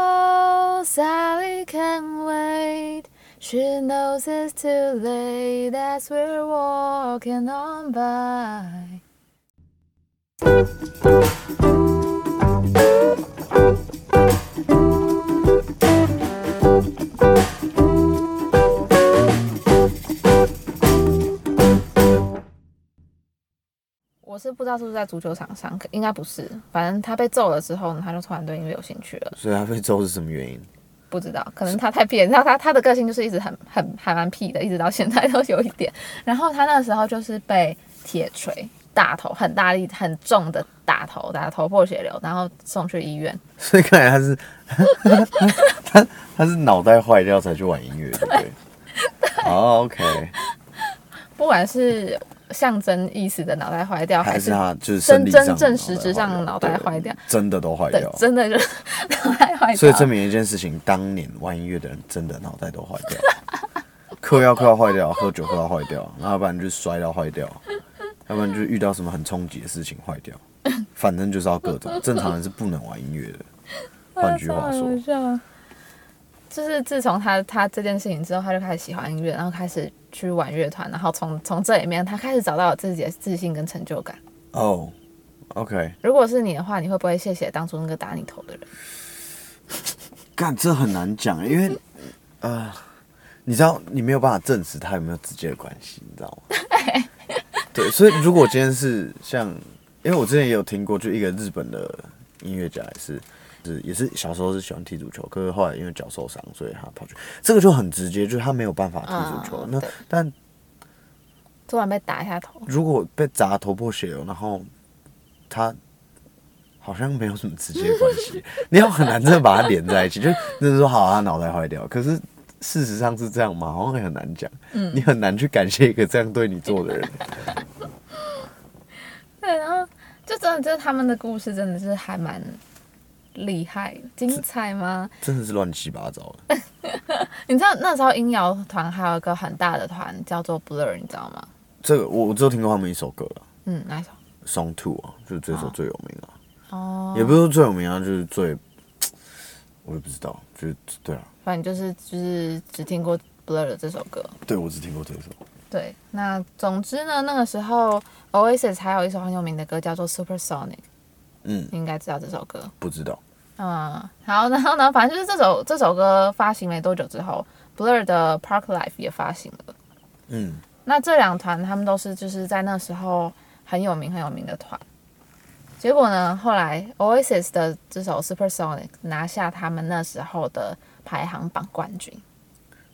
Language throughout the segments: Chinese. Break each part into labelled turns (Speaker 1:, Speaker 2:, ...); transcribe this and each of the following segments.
Speaker 1: So Sally can wait. She knows it's too late as we're walking on by. 我是不知道是不是在足球场上，可应该不是。反正他被揍了之后呢，他就突然对音乐有兴趣了。
Speaker 2: 所以他被揍是什么原因？
Speaker 1: 不知道，可能他太屁了。你知道他他的个性就是一直很很还蛮屁的，一直到现在都有一点。然后他那时候就是被铁锤大头，很大力、很重的打头，打得头破血流，然后送去医院。
Speaker 2: 所以看来他是 他他是脑袋坏掉才去玩音乐，对不对？哦、o k
Speaker 1: 不管是象征意思的脑袋坏掉，
Speaker 2: 还
Speaker 1: 还
Speaker 2: 是
Speaker 1: 是
Speaker 2: 他就是
Speaker 1: 真
Speaker 2: 生理上
Speaker 1: 真正
Speaker 2: 的
Speaker 1: 实质上脑袋坏掉
Speaker 2: 对真的都坏
Speaker 1: 对
Speaker 2: 掉，，哎
Speaker 1: 真的就是脑袋坏掉。
Speaker 2: 所以证明一件事情：当年玩音乐的人真的脑袋都坏掉， 嗑药嗑到坏掉，喝酒喝到坏掉，然后要不然就摔到坏掉，要不然就遇到什么很冲击的事情坏掉，反正就是要各种。正常人是不能玩音乐的。
Speaker 1: 哎
Speaker 2: 换句话说，
Speaker 1: 说，就是自从他他这件事情之后，他就开始喜欢音乐，然后开始去玩乐团，然后从从这里面他开始找到了自己的自信跟成就感。
Speaker 2: 哦、o k
Speaker 1: 如果是你的话，你会不会谢谢当初那个打你头的人？
Speaker 2: 干这很难讲，因为呃，你知道你没有办法证实他有没有直接的关系，你知道吗？对，所以如果今天是像，因为我之前也有听过，就一个日本的音乐家也是。是也是小时候是喜欢踢足球，可是后来因为脚受伤，所以他跑去这个就很直接，就是他没有办法踢足球。
Speaker 1: 嗯
Speaker 2: 那
Speaker 1: 对
Speaker 2: 但
Speaker 1: 突然被打一下头，
Speaker 2: 如果被砸头破血流，然后他好像没有什么直接关系， 你要很难真的把它连在一起。就就是说，好、啊，他脑袋坏掉，可是事实上是这样吗？好像也很难讲。嗯，你很难去感谢一个这样对你做的人。
Speaker 1: 对，然后就真的就是他们的故事真的是还蛮厉害、精彩吗？
Speaker 2: 真的是乱七八糟的。
Speaker 1: 嗯你知道那时候音摇团还有一个很大的团叫做 Blur，你知道吗？
Speaker 2: 这个我我只有听过他们一首歌了，
Speaker 1: 嗯，哪一首？
Speaker 2: 《Song Two》啊，就是这首最有名啊，
Speaker 1: 哦，
Speaker 2: 也不是说最有名啊，就是最我也不知道，就是对啊，
Speaker 1: 反正就是就是只听过 Blur 的这首歌。
Speaker 2: 对我只听过这首。
Speaker 1: 对，那总之呢，那个时候 Oasis 还有一首很有名的歌叫做 Supersonic，
Speaker 2: 嗯，
Speaker 1: 你应该知道这首歌。
Speaker 2: 不知道。
Speaker 1: 嗯，好，然后呢，反正就是这首这首歌发行没多久之后，Blur 的 Park Life 也发行了。
Speaker 2: 嗯，
Speaker 1: 那这两团他们都是就是在那时候很有名很有名的团。结果呢，后来 Oasis 的这首 Supersonic 拿下他们那时候的排行榜冠军。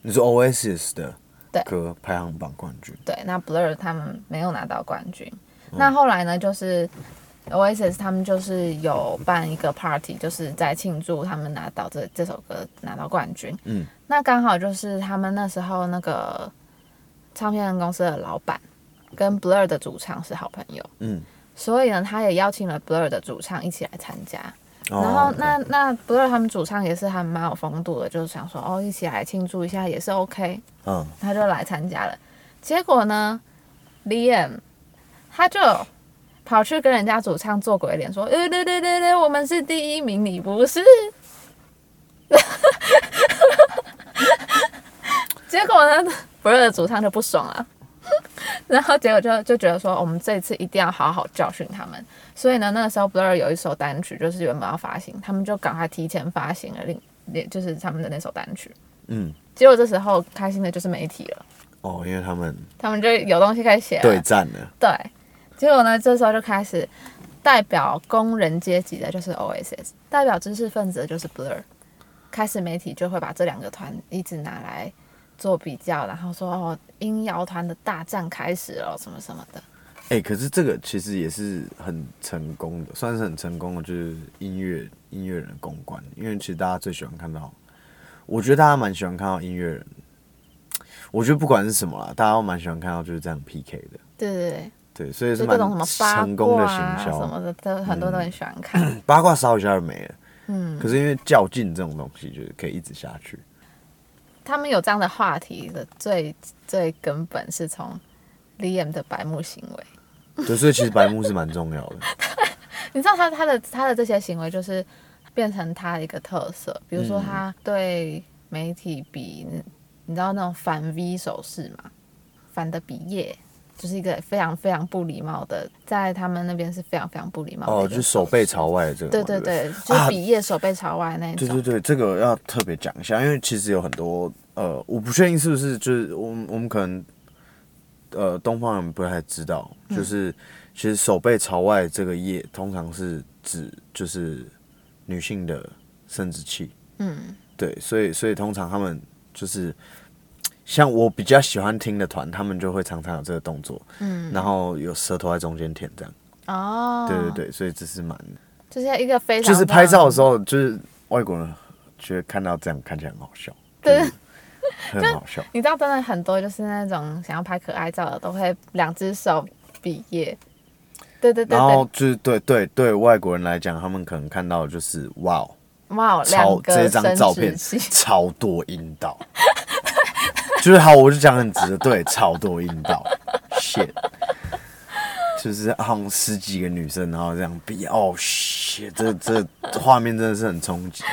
Speaker 2: 你说 Oasis 的
Speaker 1: 对
Speaker 2: 歌排行榜冠军。
Speaker 1: 对，那 Blur 他们没有拿到冠军。那后来呢，就是 Oasis 他们就是有办一个 party，就是在庆祝他们拿到这这首歌拿到冠军。
Speaker 2: 嗯，
Speaker 1: 那刚好就是他们那时候那个唱片公司的老板跟 Blur 的主唱是好朋友，
Speaker 2: 嗯，
Speaker 1: 所以呢，他也邀请了 Blur 的主唱一起来参加。
Speaker 2: 然
Speaker 1: 然后那那 Blur 他们主唱也是还蛮有风度的，就是想说哦，一起来庆祝一下也是 OK。
Speaker 2: 嗯，
Speaker 1: 他就来参加了。结果呢，Liam 他就跑去跟人家主唱做鬼脸，说：“呃，对对对对，我们是第一名，你不是。” 结果呢，不热的主唱就不爽了。 然后结果就就觉得说，我们这一次一定要好好教训他们。所以呢，那个时候 Blur 有一首单曲，就是原本要发行，他们就赶快提前发行了另另就是他们的那首单曲。
Speaker 2: 嗯，
Speaker 1: 结果这时候开心的就是媒体了，
Speaker 2: 哦，因为他们
Speaker 1: 他们就有东西可以写了。
Speaker 2: 对战了，
Speaker 1: 对，啊结果呢，这时候就开始代表工人阶级的就是 Oasis，代表知识分子的就是 Blur，开始媒体就会把这两个团一直拿来做比较，然后说哦，音摇团的大战开始了，什么什么的。
Speaker 2: 哎、可是这个其实也是很成功的，算是很成功的，就是音乐音乐人的公关，因为其实大家最喜欢看到，我觉得大家蛮喜欢看到音乐人，我觉得不管是什么啦，大家都蛮喜欢看到就是这样 PK 的，
Speaker 1: 对对对，
Speaker 2: 对，所以是
Speaker 1: 就
Speaker 2: 蛮
Speaker 1: 各种什么八
Speaker 2: 成功
Speaker 1: 卦
Speaker 2: 的行
Speaker 1: 啊
Speaker 2: 销，嗯
Speaker 1: 什么的，都很多都很喜欢看。
Speaker 2: 八卦烧一下就没了，
Speaker 1: 嗯，
Speaker 2: 可是因为较劲这种东西就是可以一直下去，
Speaker 1: 他们有这样的话题的最最根本是从 Liam 的白目行为。
Speaker 2: 对，所以其实白目是蛮重要的，
Speaker 1: 你知道他他的他的这些行为，就是变成他的一个特色。比如说，他对媒体比，你知道那种反 V 手势吗？反的比耶，就是一个非常非常不礼貌的，在他们那边是非常非常不礼貌的一个
Speaker 2: 哦，就是手背朝外的这个。
Speaker 1: 对对对，就
Speaker 2: 啊
Speaker 1: 是比耶手背朝外那一
Speaker 2: 对
Speaker 1: 种。
Speaker 2: 对对，这个要特别讲一下，因为其实有很多呃，我不确定是不是就是我们我们可能呃东方人不太知道，就是、其实手背朝外这个腋通常是指就是女性的生殖器，
Speaker 1: 嗯，
Speaker 2: 对，所以所以通常他们就是像我比较喜欢听的团，他们就会常常有这个动作，嗯，然后有舌头在中间舔这样，
Speaker 1: 哦，
Speaker 2: 对对，对，所以这是蛮
Speaker 1: 就是一个非常
Speaker 2: 就是拍照的时候，就是外国人觉得看到这样看起来很好笑，
Speaker 1: 对
Speaker 2: 就是很好笑。
Speaker 1: 你知道，真的很多就是那种想要拍可爱照的，都会两只手比耶。对对对
Speaker 2: 然后
Speaker 1: 对，
Speaker 2: 就是对对对外国人来讲，他们可能看到的就是哇哦，
Speaker 1: 哇，两
Speaker 2: 超这
Speaker 1: 个
Speaker 2: 张照片
Speaker 1: 生殖器，
Speaker 2: 超多阴道，就是好，我就讲很直的，对，超多阴道，shit，就是好像十几个女生，然后这样比，哦，shit，这这画面真的是很冲击。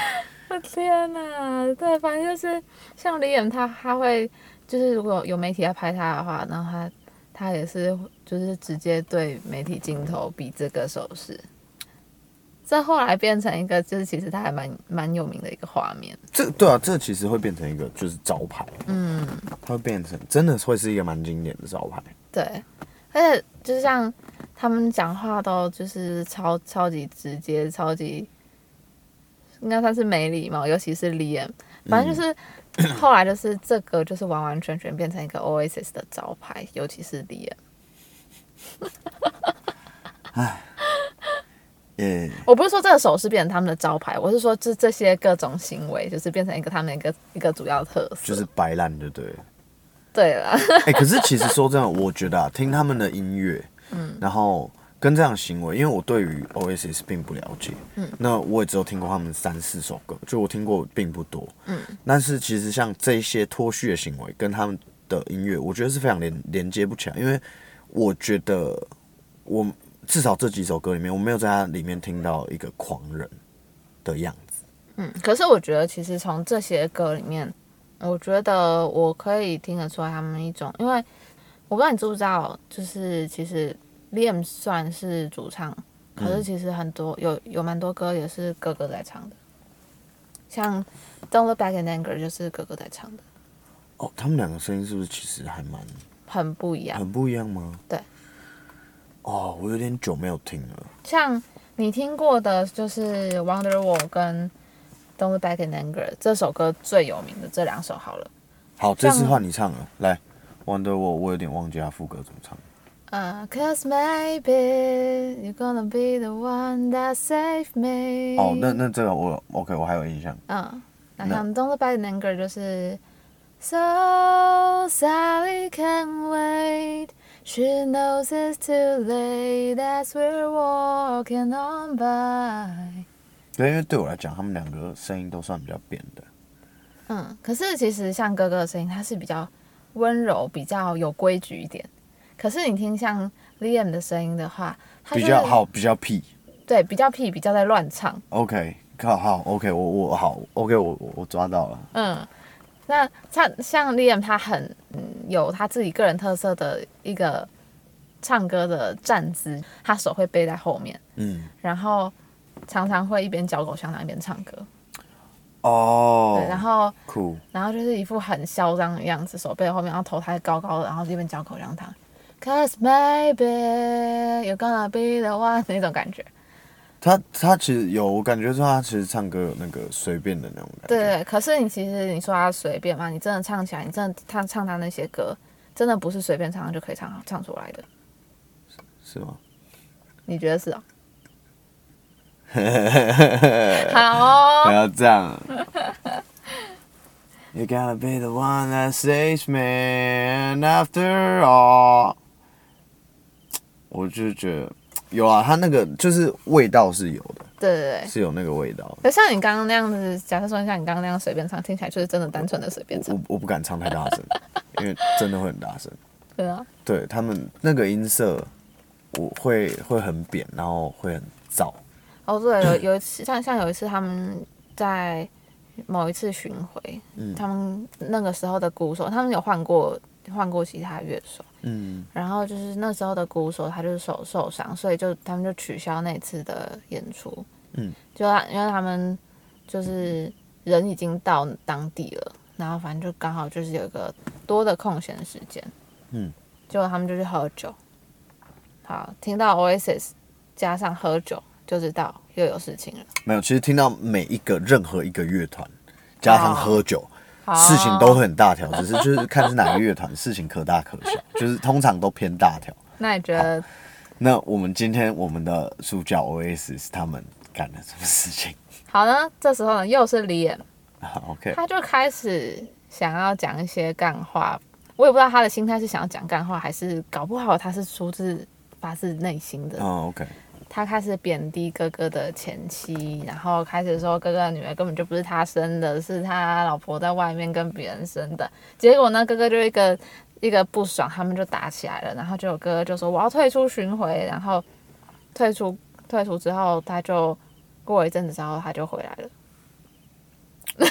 Speaker 1: 我 天哪！对，反正就是像李演他，他会就是如果有媒体要拍他的话，然后他他也是就是直接对媒体镜头比这个手势。这后来变成一个，就是其实他还蛮蛮有名的一个画面。
Speaker 2: 这对啊，这其实会变成一个就是招牌，嗯，它会变成真的会是一个蛮经典的招牌。
Speaker 1: 对，而且就像他们讲话都就是超超级直接，超级应该算是没礼貌，尤其是 Liam，反正就是、
Speaker 2: 嗯
Speaker 1: 后来就是这个就是完完全全变成一个 Oasis 的招牌，尤其是 Liam。
Speaker 2: 耶、
Speaker 1: 我不是说这个手势变成他们的招牌，我是说这这些各种行为就是变成一个他们一个一个主要特色。
Speaker 2: 就是白烂，对不对了？
Speaker 1: 对了，
Speaker 2: 哎、可是其实说真的，我觉得啊，听他们的音乐，嗯，然后跟这样的行为，因为我对于 Oasis 并不了解，嗯，那我也只有听过他们三四首歌，就我听过并不多，嗯，但是其实像这些脱序的行为跟他们的音乐，我觉得是非常连连接不起来，因为我觉得我至少这几首歌里面，我没有在它里面听到一个狂人的样子。
Speaker 1: 嗯，可是我觉得其实从这些歌里面，我觉得我可以听得出来他们一种，因为我不知道你知不知道，就是其实 Liam 算是主唱，可是其实很多、有有蛮多歌也是哥哥在唱的，像 Don't Look Back in Anger 就是哥哥在唱的，
Speaker 2: 哦，他们两个声音是不是其实还蛮
Speaker 1: 很不一样。
Speaker 2: 很不一样吗？
Speaker 1: 对。
Speaker 2: 哦，我有点久没有听了。
Speaker 1: 像你听过的就是 Wonderwall 跟 Don't Look Back in Anger 这首歌最有名的这两首好了。
Speaker 2: 好，这次
Speaker 1: 像
Speaker 2: 换你唱了，来。Wonder 我我有点忘记他副歌怎么唱。
Speaker 1: Uh, cause maybe you're gonna be the one that save me.
Speaker 2: 哦，那那这个我 OK，我还有印象。
Speaker 1: 嗯，那
Speaker 2: 那
Speaker 1: 像 Don't Look Back in Anger 就是 So Sally can wait. She knows it's too late as we're walking on by.
Speaker 2: 对，因为对我来讲，他们两个声音都算比较扁的。
Speaker 1: 嗯，可是其实像哥哥的声音，他是比较温柔、比较有规矩一点。可是你听像 Liam 的声音的话，他
Speaker 2: 比
Speaker 1: 就
Speaker 2: 较
Speaker 1: 是，
Speaker 2: 好，比较屁。
Speaker 1: 对，比较屁，比较在乱唱。
Speaker 2: OK，好好 OK，我我好 OK，我我我抓到了。
Speaker 1: 嗯，那像像 Liam 他很嗯有他自己个人特色的一个唱歌的站姿，他手会背在后面，
Speaker 2: 嗯，
Speaker 1: 然后常常会一边嚼口香糖一边唱歌，
Speaker 2: 哦
Speaker 1: 对，，然后
Speaker 2: 酷，
Speaker 1: 然后就是一副很嚣张的样子，手背在后面，然后头抬高高的，然后一边嚼口香糖，Cause maybe you're gonna be the one 那种感觉，
Speaker 2: 他他其实有，我感觉说他其实唱歌有那个随便的那种感觉。
Speaker 1: 对对，对可是你其实你说他随便嘛，你真的唱起来，你真的他唱他那些歌，真的不是随便唱就可以唱唱出来的。
Speaker 2: 是吗？
Speaker 1: 你觉得是哦？好哦
Speaker 2: 不要这样。You gotta be the one that saves me and after all。我就觉得有啊，它那个就是味道是有的，
Speaker 1: 对对对。
Speaker 2: 是有那个味道的。
Speaker 1: 可像你刚刚那样子，假设说像你刚刚那样随便唱，听起来就是真的单纯的随便唱
Speaker 2: 我，我不敢唱太大声，因为真的会很大声。
Speaker 1: 对啊。
Speaker 2: 对他们那个音色，我会会很扁，然后会很燥。
Speaker 1: 哦，对，有有一次，像像有一次他们在某一次巡回，
Speaker 2: 嗯
Speaker 1: 他们那个时候的鼓手，他们有换过换过其他乐手，
Speaker 2: 嗯，
Speaker 1: 然后就是那时候的鼓手他就是手受伤，所以就他们就取消那次的演出，
Speaker 2: 嗯，
Speaker 1: 就他因为他们就是人已经到当地了，然后反正就刚好就是有一个多的空闲时间，
Speaker 2: 嗯，
Speaker 1: 结果他们就去喝酒，好，听到 Oasis 加上喝酒就知道又有事情了。
Speaker 2: 没有。其实听到每一个任何一个乐团，加上
Speaker 1: 哦
Speaker 2: 喝酒，
Speaker 1: 好
Speaker 2: 事情都会很大条，只是就是看是哪个乐团，事情可大可小，就是通常都偏大条。
Speaker 1: 那你觉得
Speaker 2: 那我们今天我们的主角 Oasis 他们干了什么事情
Speaker 1: 好呢？这时候呢，又是李演，
Speaker 2: 啊？OK，
Speaker 1: 他就开始想要讲一些干话。我也不知道他的心态是想要讲干话，还是搞不好他是出自发自内心的。
Speaker 2: 哦 OK，
Speaker 1: 他开始贬低哥哥的前妻，然后开始说哥哥的女儿根本就不是他生的，是他老婆在外面跟别人生的。结果呢，哥哥就一个一个不爽，他们就打起来了。然后就有哥哥就说我要退出巡回，然后退出退出之后，他就过了一阵子之后他就回来了。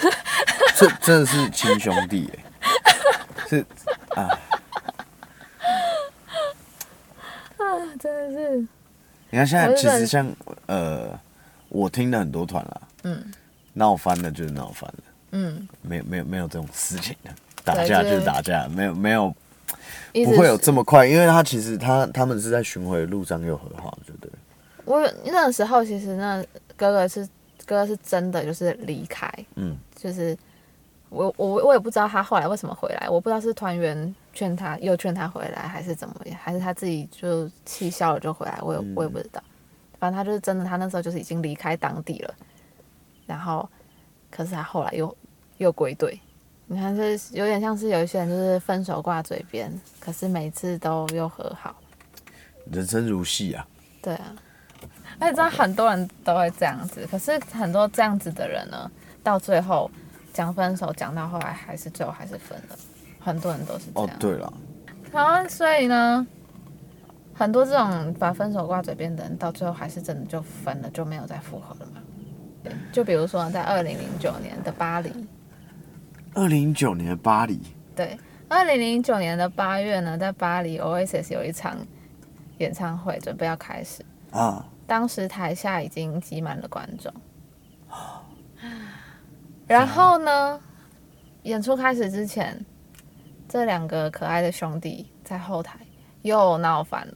Speaker 2: 这真的是亲兄弟耶、是啊，
Speaker 1: 真的是
Speaker 2: 你看现在
Speaker 1: 我是
Speaker 2: 其
Speaker 1: 认
Speaker 2: 实像呃，我听了很多团啦，嗯，闹翻了就是闹翻了，
Speaker 1: 嗯，
Speaker 2: 没有没有没有这种事情的，打架就是打架，没有没有
Speaker 1: 一
Speaker 2: 不
Speaker 1: 直
Speaker 2: 会有这么快，因为他其实他他们是在巡回的路上又和好，对不对？
Speaker 1: 我有那时候其实那哥哥是哥哥是真的就是离开，
Speaker 2: 嗯，
Speaker 1: 就是我我我也不知道他后来为什么回来，我不知道是团员劝他又劝他回来，还是怎么样，还是他自己就气消了就回来，我也我也不知道。反正他就是真的，他那时候就是已经离开当地了，然后可是他后来又又归队。你看，就是有点像是有一些人就是分手挂嘴边，可是每次都又和好。
Speaker 2: 人生如戏啊，
Speaker 1: 对啊，而且知道很多人都会这样子，可是很多这样子的人呢，到最后讲分手，讲到后来还是最后还是分了，很多人都是这
Speaker 2: 哦
Speaker 1: 样。
Speaker 2: 对了，
Speaker 1: 然后所以呢，很多这种把分手挂嘴边的人，到最后还是真的就分了，就没有再复合了嘛。对就比如说在二零零九年的巴黎，
Speaker 2: 二零一九年的巴黎，
Speaker 1: 对，二零零九年的八月呢，在巴黎 Oasis 有一场演唱会准备要开始。
Speaker 2: 啊，
Speaker 1: 当时台下已经挤满了观 众。然后呢，演出开始之前，这两个可爱的兄弟在后台又闹翻了。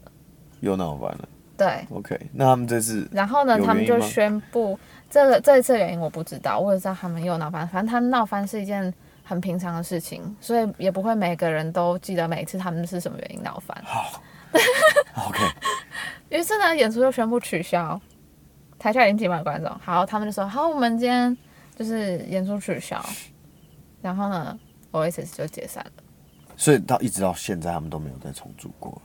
Speaker 2: 又闹翻了。
Speaker 1: 对，
Speaker 2: OK，那他们这 次
Speaker 1: 然后呢，
Speaker 2: 有
Speaker 1: 他们
Speaker 2: 原因
Speaker 1: 就
Speaker 2: 吗
Speaker 1: 宣布这个这一次的原因我不知道，我也知道他们又闹翻，反正他们闹翻是一件很平常的事情，所以也不会每个人都记得每次他们是什么原因闹翻。
Speaker 2: 好，OK，
Speaker 1: 于是呢，演出就宣布取消，台下已经挤满观众。好，他们就说：“好，我们今天就是演出取消。”然后呢，Oasis 就解散了。
Speaker 2: 所以到一直到现在他们都没有再重组过。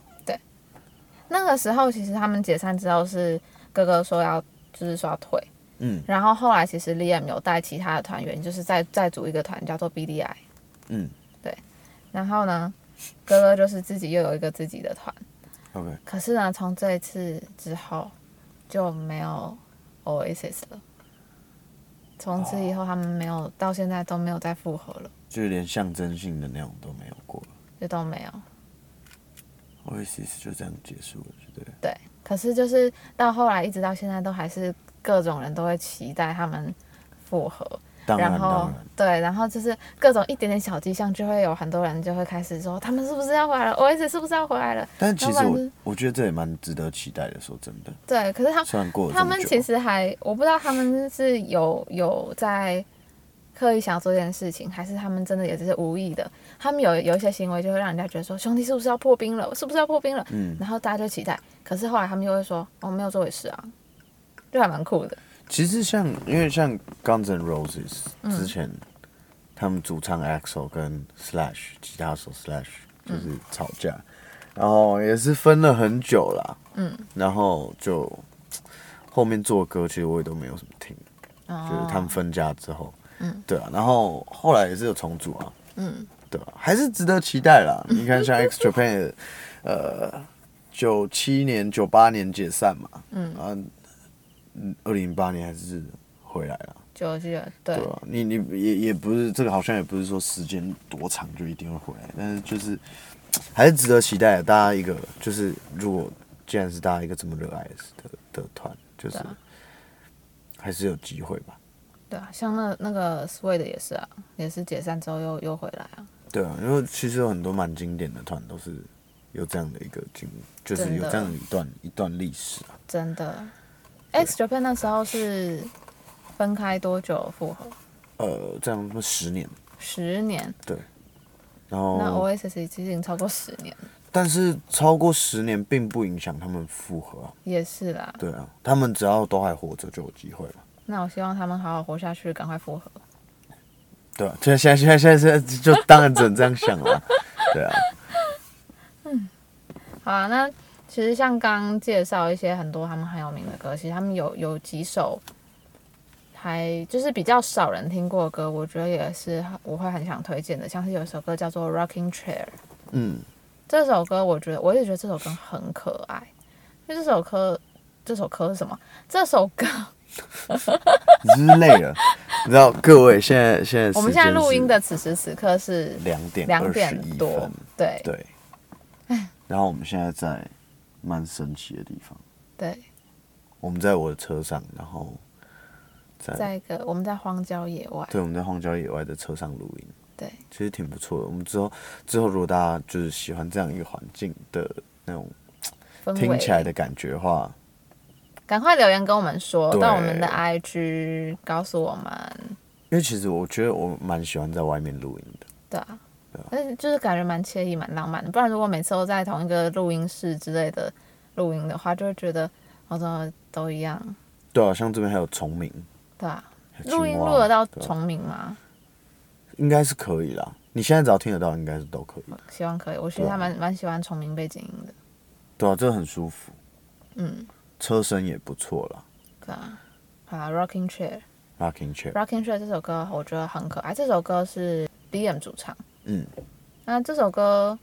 Speaker 1: 那个时候，其实他们解散之后是哥哥说要，就是说要退。
Speaker 2: 嗯
Speaker 1: 然后后来其实 Liam 有带其他的团员，就是再再组一个团叫做 BDI。
Speaker 2: 嗯，
Speaker 1: 对。然后呢，哥哥就是自己又有一个自己的团。
Speaker 2: OK，
Speaker 1: 可是呢，从这一次之后就没有 Oasis 了。从此以后，他们没有，到现在都没有再复合了，
Speaker 2: 就是连象征性的那种都没有过了。
Speaker 1: 就都没有。
Speaker 2: Oasis 就这样结束了，对不对？
Speaker 1: 对，可是就是到后来，一直到现在，都还是各种人都会期待他们复合。
Speaker 2: 当然
Speaker 1: 然后
Speaker 2: 当然，
Speaker 1: 对，然后就是各种一点点小迹象，就会有很多人就会开始说，他们是不是要回来了？Oasis 是不是要回来了？
Speaker 2: 但其
Speaker 1: 要
Speaker 2: 实
Speaker 1: 不然
Speaker 2: 我
Speaker 1: 是
Speaker 2: 我觉得这也蛮值得期待的。说真的，
Speaker 1: 对，可是他
Speaker 2: 虽然过了这
Speaker 1: 他
Speaker 2: 么
Speaker 1: 们
Speaker 2: 久，
Speaker 1: 其实还，我不知道他们是有有在刻意想要做这件事情，还是他们真的也只是无意的。他们有有一些行为就会让人家觉得说，兄弟是不是要破冰了？是不是要破冰了？
Speaker 2: 嗯
Speaker 1: 然后大家就期待，可是后来他们又会说，哦，没有做也是啊，就还蛮酷的。
Speaker 2: 其实像因为像 Guns N' Roses 之前，他们主唱 EXO 跟 Slash 吉他手 Slash 就是吵架，然后也是分了很久啦。嗯，然后就后面做歌，其实我也都没有什么听，就是他们分家之后，哦嗯，对啊，然后后来也是有重组啊，
Speaker 1: 嗯，
Speaker 2: 对吧、还是值得期待 啦。你看像 X Japan，也呃，九七年、九八年解散嘛，嗯，啊，二零零八年还是回来了，
Speaker 1: 就就对
Speaker 2: 对啊吧、你你也也不是这个，好像也不是说时间多长就一定会回来，但是就是还是值得期待的。大家一个就是，如果既然是大家一个这么热爱的的团，就是
Speaker 1: 对啊
Speaker 2: 还是有机会吧。
Speaker 1: 对啊，像那那个 Suede 也是啊，也是解散之后又又回来啊，
Speaker 2: 对啊，因为其实有很多蛮经典的团都是有这样的一个经，就是
Speaker 1: 真
Speaker 2: 有
Speaker 1: 的
Speaker 2: 这样的一段一段历史啊。
Speaker 1: 真的。X Japan 那时候是分开多久复合？
Speaker 2: 呃，这样那么十年，
Speaker 1: 十年，
Speaker 2: 对。然
Speaker 1: 那
Speaker 2: 后，
Speaker 1: Oasis 已经超过十年了，
Speaker 2: 但是超过十年并不影响他们复合啊。
Speaker 1: 也是啦。
Speaker 2: 对啊，他们只要都还活着就有机会了。
Speaker 1: 那我希望他们好好活下去，赶快复合。
Speaker 2: 对啊，现在现在现在现在现在就当然只能这样想了。 对啊，
Speaker 1: 好啊，那其实像刚刚介绍一些很多他们很有名的歌，其实他们有有几首还就是比较少人听过的歌，我觉得也是我会很想推荐的，像是有一首歌叫做《Rocking Chair》，
Speaker 2: 嗯，
Speaker 1: 这首歌我觉得我也觉得这首歌很可爱，因为这首歌这首歌是什么？这首歌
Speaker 2: 你是不是累了？你知道各位现在现在
Speaker 1: 我们
Speaker 2: 时
Speaker 1: 现
Speaker 2: 间
Speaker 1: 在录
Speaker 2: 是
Speaker 1: 音的此时此刻是
Speaker 2: 两点
Speaker 1: 两
Speaker 2: 二十
Speaker 1: 点
Speaker 2: 一
Speaker 1: 多
Speaker 2: 分。，
Speaker 1: 对
Speaker 2: 对，然后我们现在在蛮神奇的地方，
Speaker 1: 对，
Speaker 2: 我们在我的车上，然后在
Speaker 1: 在一个我们在荒郊野外，
Speaker 2: 对我们在荒郊野外的车上录音，
Speaker 1: 对
Speaker 2: 其实挺不错的。我们之后之后如果大家就是喜欢这样一个环境的那种
Speaker 1: 氛围
Speaker 2: 听起来的感觉的话，
Speaker 1: 赶快留言跟我们说，
Speaker 2: 对
Speaker 1: 到我们的 IG 告诉我们，
Speaker 2: 因为其实我觉得我蛮喜欢在外面录音的。
Speaker 1: 对啊，但是就是感觉蛮惬意、蛮浪漫的。不然如果每次都在同一个录音室之类的录音的话，就会觉得我怎么都一样，
Speaker 2: 对啊，像这边还有虫鸣，
Speaker 1: 对啊，
Speaker 2: 还有青
Speaker 1: 录音
Speaker 2: 蛙
Speaker 1: 录得到
Speaker 2: 对啊
Speaker 1: 重名吗？
Speaker 2: 应该是可以啦。你现在只要听得到，应该是都可以。
Speaker 1: 希望可以，我其实还蛮蛮喜欢重名背景音的，
Speaker 2: 对啊，这很舒服，
Speaker 1: 嗯，
Speaker 2: 车声也不错啦。
Speaker 1: 对啊。好啦，Rocking Chair，Rocking
Speaker 2: Rocking chair，
Speaker 1: Chair 这首歌我觉得很可爱，这首歌是 DM 主唱。
Speaker 2: 嗯，
Speaker 1: 那这首歌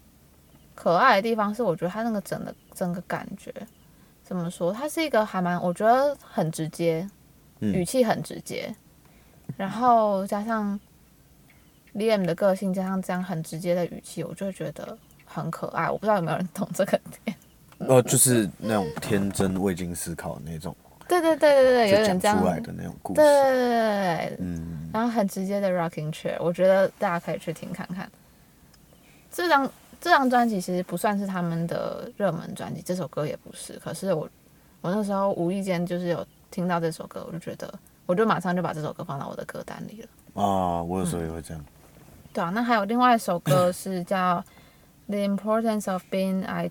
Speaker 1: 可爱的地方是，我觉得它那个整的整个感觉，怎么说？它是一个还蛮，我觉得很直接，
Speaker 2: 嗯
Speaker 1: 语气很直接，然后加上 Liam 的个性，加上这样很直接的语气，我就会觉得很可爱。我不知道有没有人懂这个点？
Speaker 2: 呃，就是那种天真未经思考的那种，
Speaker 1: 对对对对对，有
Speaker 2: 就
Speaker 1: 点
Speaker 2: 讲
Speaker 1: 这样
Speaker 2: 出。来的那种故
Speaker 1: 对对
Speaker 2: 事。
Speaker 1: 对对对，
Speaker 2: 嗯，
Speaker 1: 然后很直接的 Rocking Chair，我觉得大家可以去听看看。这张这张专辑其实不算是他们的热门专辑，这首歌也不是。可是我我那时候无意间就是有听到这首歌，我就觉得我就马上就把这首歌放到我的歌单里了。
Speaker 2: 啊，我有时候也会这样。
Speaker 1: 对啊，那还有另外一首歌是叫《The Importance of Being Idle》，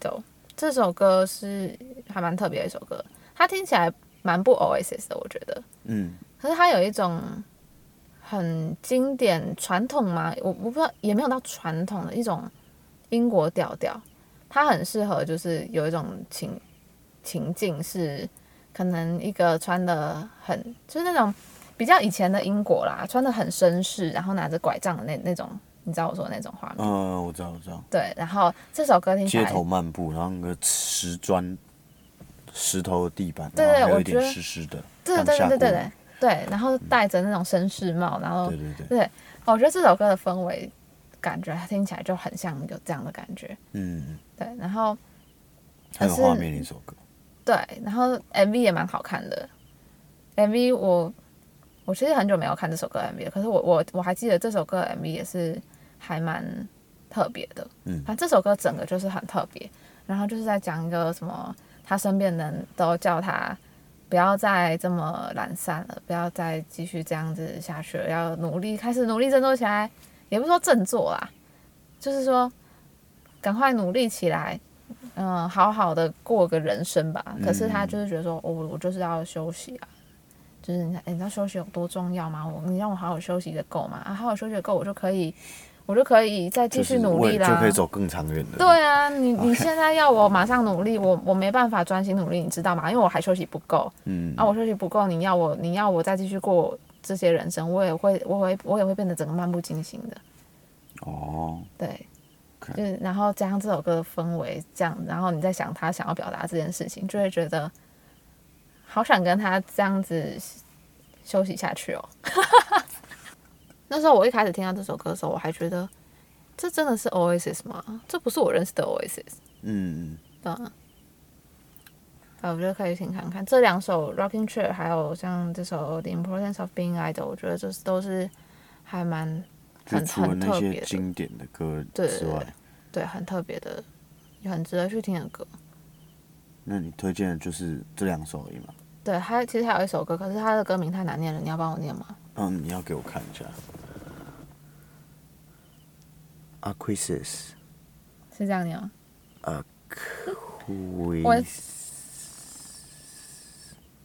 Speaker 1: 这首歌是还蛮特别的一首歌，它听起来蛮不 Oasis 的，我觉得。
Speaker 2: 嗯，
Speaker 1: 可是它有一种很经典传统嘛，我我不知道也没有到传统的一种英国调调，它很适合就是有一种情情境是可能一个穿的很就是那种比较以前的英国啦，穿的很绅士，然后拿着拐杖的那那种，你知道我说的那种画面。
Speaker 2: 呃，我知道，我知道。
Speaker 1: 对，然后这首歌听起
Speaker 2: 街
Speaker 1: 来
Speaker 2: 头漫步，然后那个石砖、石头的地板，
Speaker 1: 对
Speaker 2: 然后还
Speaker 1: 我
Speaker 2: 有一点
Speaker 1: 觉得
Speaker 2: 湿湿的，
Speaker 1: 对
Speaker 2: 当
Speaker 1: 对
Speaker 2: 下
Speaker 1: 对对对
Speaker 2: 过
Speaker 1: 对对，然后戴着那种绅士帽，然后
Speaker 2: 对对对，
Speaker 1: 对，我觉得这首歌的氛围感觉听起来就很像有这样的感觉。
Speaker 2: 嗯，
Speaker 1: 对，然后
Speaker 2: 很有
Speaker 1: 可是
Speaker 2: 画面的一首歌。
Speaker 1: 对，然后 MV 也蛮好看的。MV 我我其实很久没有看这首歌的 MV 了，可是我我我还记得这首歌的 MV 也是还蛮特别的。
Speaker 2: 嗯
Speaker 1: 反正这首歌整个就是很特别，然后就是在讲一个什么，他身边的人都叫他不要再这么懒散了，不要再继续这样子下去了，要努力开始努力振作起来，也不是说振作啦，就是说赶快努力起来，嗯，好好的过个人生吧。可是他就是觉得说，哦我、我就是要休息啊。就是你看，哎你知道休息有多重要吗？我你让我好好休息的够吗？啊，好好休息的够，我就可以，我就可以再继
Speaker 2: 就
Speaker 1: 续
Speaker 2: 是
Speaker 1: 努
Speaker 2: 为
Speaker 1: 力
Speaker 2: 了
Speaker 1: 啦。
Speaker 2: 就可以走更长远的。
Speaker 1: 对啊，你你现在要我马上努力，我我没办法专心努力，你知道吗？因为我还休息不够
Speaker 2: 嗯，
Speaker 1: 啊，我休息不够，你要我你要我再继续过这些人生，我也会我会我也会变得整个漫不经心的。
Speaker 2: 哦，
Speaker 1: 对
Speaker 2: OK
Speaker 1: 就是然后加上这首歌的氛围，这样，然后你在想他想要表达这件事情，就会觉得好想跟他这样子休息下去哦。 那时候我一开始听到这首歌的时候，我还觉得这真的是 Oasis 吗？这不是我认识的 Oasis。
Speaker 2: 嗯，
Speaker 1: 对啊，好，我觉得可以先看看这两首《Rocking Chair》，还有像这首《The Importance of Being Idle》，我觉得这都是还蛮
Speaker 2: 就
Speaker 1: 很
Speaker 2: 除了
Speaker 1: 很
Speaker 2: 那
Speaker 1: 特
Speaker 2: 些
Speaker 1: 别的，
Speaker 2: 经典的歌
Speaker 1: 对
Speaker 2: 之外，
Speaker 1: 对，很特别的，也很值得去听的歌。
Speaker 2: 那你推荐的就是这两首而已嘛？
Speaker 1: 对，还其实还有一首歌，可是它的歌名太难念了，你要帮我念吗？
Speaker 2: 嗯，你要给我看一下。Aquasis，
Speaker 1: 是这样念吗？
Speaker 2: Aquis，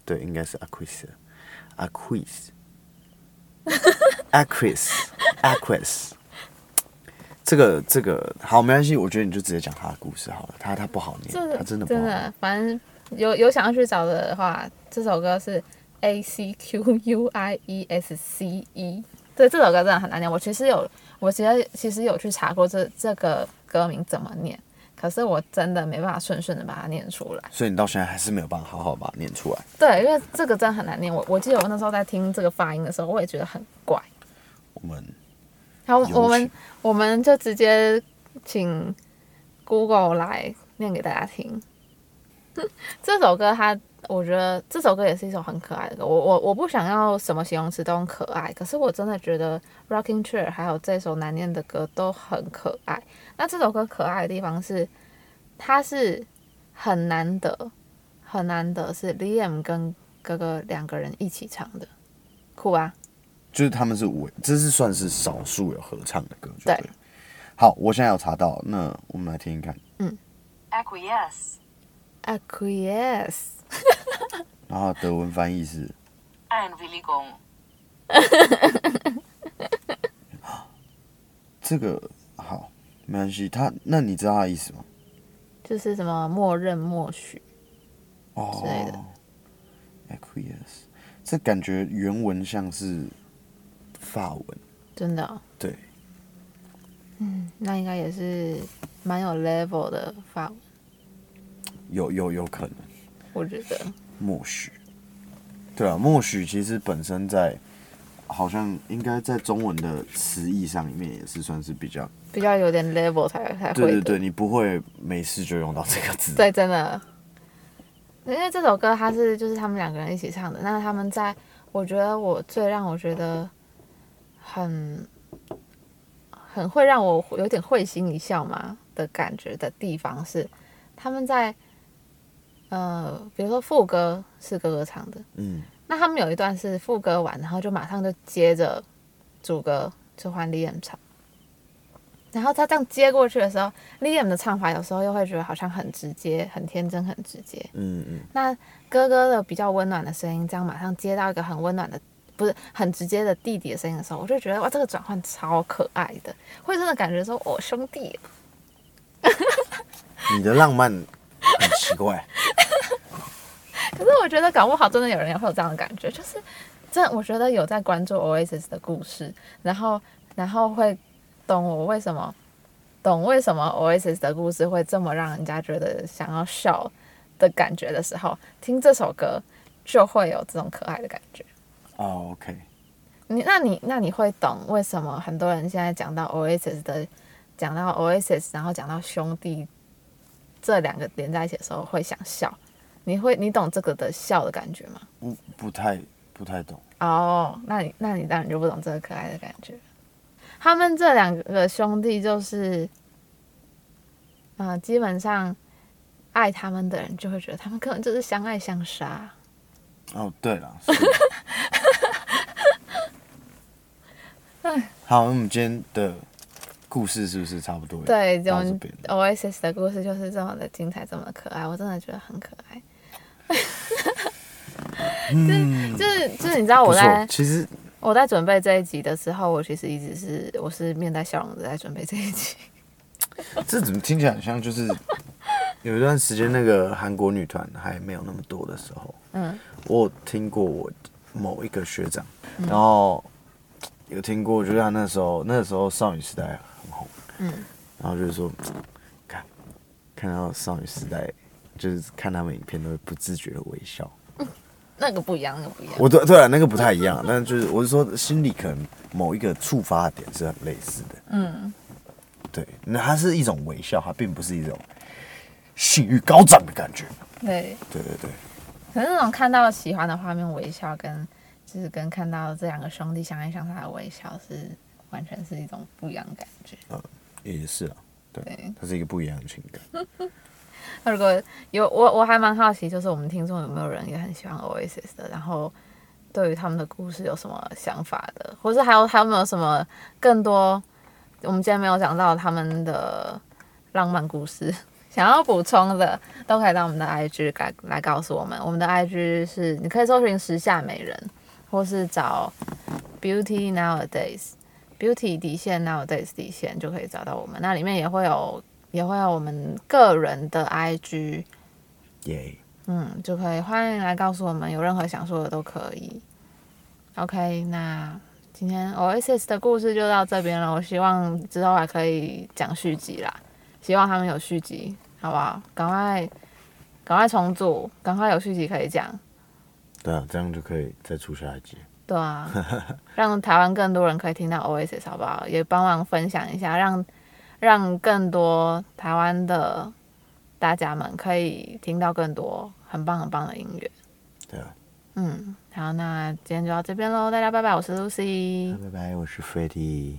Speaker 2: 对，应该是 Aquis，Aquis，Aquis，Aquis，这个这个好，没关系，我觉得你就直接讲他的故事好了。他他不好念，
Speaker 1: 这
Speaker 2: 他真的不
Speaker 1: 真
Speaker 2: 好念。
Speaker 1: 的，反正有有想要去找的话，这首歌是 A C Q U I E S C E。对，这首歌真的很难念。我其实有，我其实其实有去查过这这个歌名怎么念，可是我真的没办法顺顺的把它念出来。
Speaker 2: 所以你到现在还是没有办法好好把它念出来。
Speaker 1: 对，因为这个真的很难念。我我记得我那时候在听这个发音的时候，我也觉得很怪。
Speaker 2: 我们
Speaker 1: 然后
Speaker 2: 有
Speaker 1: 我们
Speaker 2: 请
Speaker 1: 我们就直接请 Google 来念给大家听。 这首歌它，我觉得这首歌也是一首很可爱的歌。我我我不想要什么形容词都用可爱，可是我真的觉得 Rocking Chair 还有这首难念的歌都很可爱。那这首歌可爱的地方是，它是很难得很难得是 Liam 跟哥哥两个人一起唱的，酷吧？
Speaker 2: 就是他们是唯，这是算是少数有合唱的歌，就
Speaker 1: 对
Speaker 2: 对了。好，我现在有查到，那我们来听听看。
Speaker 3: acquiesce,
Speaker 1: Acquiesce。
Speaker 2: 然后德文翻译是
Speaker 3: Einwilligung,
Speaker 2: 这个好，没关系。他，那你知道他的意思吗？
Speaker 1: 就是什么默认默许，
Speaker 2: 哦
Speaker 1: 之类的
Speaker 2: Acquiesce，这感觉原文像是法文，
Speaker 1: 真的哦、
Speaker 2: 对，
Speaker 1: 那应该也是蛮有 level 的法文，
Speaker 2: 有有有可能
Speaker 1: 我觉得。
Speaker 2: 默许。对啊，默许其实本身在好像应该在中文的词义上里面也是算是比较，
Speaker 1: 比较有点 level 才才会
Speaker 2: 对
Speaker 1: 的。
Speaker 2: 对对，你不会没事就用到这个字。
Speaker 1: 对，真的。因为这首歌它是就是他们两个人一起唱的，那他们在我觉得我最让我觉得很很会让我有点会心一笑嘛的感觉的地方是，他们在呃，比如说副歌是哥哥唱的，
Speaker 2: 嗯，
Speaker 1: 那他们有一段是副歌完，然后就马上就接着主歌就换 Liam 唱，然后他这样接过去的时候，Liam 的唱法有时候又会觉得好像很直接、很天真、很直接。
Speaker 2: 嗯嗯，
Speaker 1: 那哥哥的比较温暖的声音，这样马上接到一个很温暖的，不是很直接的弟弟的声音的时候，我就觉得哇，这个转换超可爱的，会真的感觉说哦，兄弟，
Speaker 2: 你的浪漫很奇怪，
Speaker 1: 可是我觉得搞不好真的有人也会有这样的感觉，就是真的我觉得有在关注 Oasis 的故事，然后然后会懂我为什么懂为什么 Oasis 的故事会这么让人家觉得想要笑的感觉的时候，听这首歌就会有这种可爱的感觉。
Speaker 2: 哦，OK，
Speaker 1: 你那你那你会懂为什么很多人现在讲到 Oasis 的，讲到 Oasis，然后讲到兄弟这两个连在一起的时候会想笑，你会你懂这个的笑的感觉吗？
Speaker 2: 不不太不太懂。
Speaker 1: 哦，那你那你当然就不懂这个可爱的感觉。他们这两个兄弟就是，呃，基本上爱他们的人就会觉得他们根本就是相爱相杀。
Speaker 2: 哦，对了， 是
Speaker 1: 哎
Speaker 2: 好，那我们今天的故事是不是差不多？
Speaker 1: 对，我
Speaker 2: 到这
Speaker 1: 们
Speaker 2: 边
Speaker 1: Oasis 的故事就是这么的精彩，这么的可爱，我真的觉得很可爱。 就是就是就是，你知道
Speaker 2: 嗯不
Speaker 1: 我
Speaker 2: 错。
Speaker 1: 在
Speaker 2: 其实
Speaker 1: 我在准备这一集的时候，我其实一直是我是面带笑容的在准备这一集。
Speaker 2: 这怎么听起来很像就是 有一段时间那个韩国女团还没有那么多的时候，
Speaker 1: 嗯，
Speaker 2: 我有听过我某一个学长，然后有听过，就是他那时候那时候少女时代很红，
Speaker 1: 嗯，
Speaker 2: 然后就是说，看看到少女时代，就是看他们影片都会不自觉的微笑，
Speaker 1: 那个不一样，那个不一样。
Speaker 2: 我对对啊，那个不太一样，但就是我是说心里可能某一个触发的点是很类似的。嗯，对，那它是一种微笑，它并不是一种性欲高涨的感觉。
Speaker 1: 对，
Speaker 2: 对对对，
Speaker 1: 可是那种看到喜欢的画面微笑跟，就是跟看到这两个兄弟相爱相杀的微笑是完全是一种不一样的感觉。
Speaker 2: 嗯也是啊，对，
Speaker 1: 对嗯
Speaker 2: 它是一个不一样的情感。
Speaker 1: 那如果有我，我还蛮好奇，就是我们听众有没有人也很喜欢 Oasis 的，然后对于他们的故事有什么想法的，或是还有还有没有什么更多我们今天没有讲到他们的浪漫故事， 想要补充的，都可以到我们的 IG 来来告诉我们。我们的 IG 是你可以搜寻“时下美人”，或是找 “Beauty Nowadays”。Beauty 底线，nowadays 底线就可以找到我们。那里面也会有也会有我们个人的 IG，
Speaker 2: 耶、
Speaker 1: 嗯，就可以欢迎来告诉我们有任何想说的都可以。OK，那今天 Oasis 的故事就到这边了，我希望之后还可以讲续集啦，希望他们有续集，好不好？赶快赶快重组，赶快有续集可以讲。
Speaker 2: 对啊，这样就可以再出下一集。
Speaker 1: 对啊， 让台湾更多人可以听到 Oasis 好不好？也帮忙分享一下，让让更多台湾的大家们可以听到更多很棒很棒的音乐。
Speaker 2: 对啊，
Speaker 1: 嗯，好，那今天就到这边喽，大家拜拜，我是 Lucy。
Speaker 2: 拜拜，我是 f r e d d y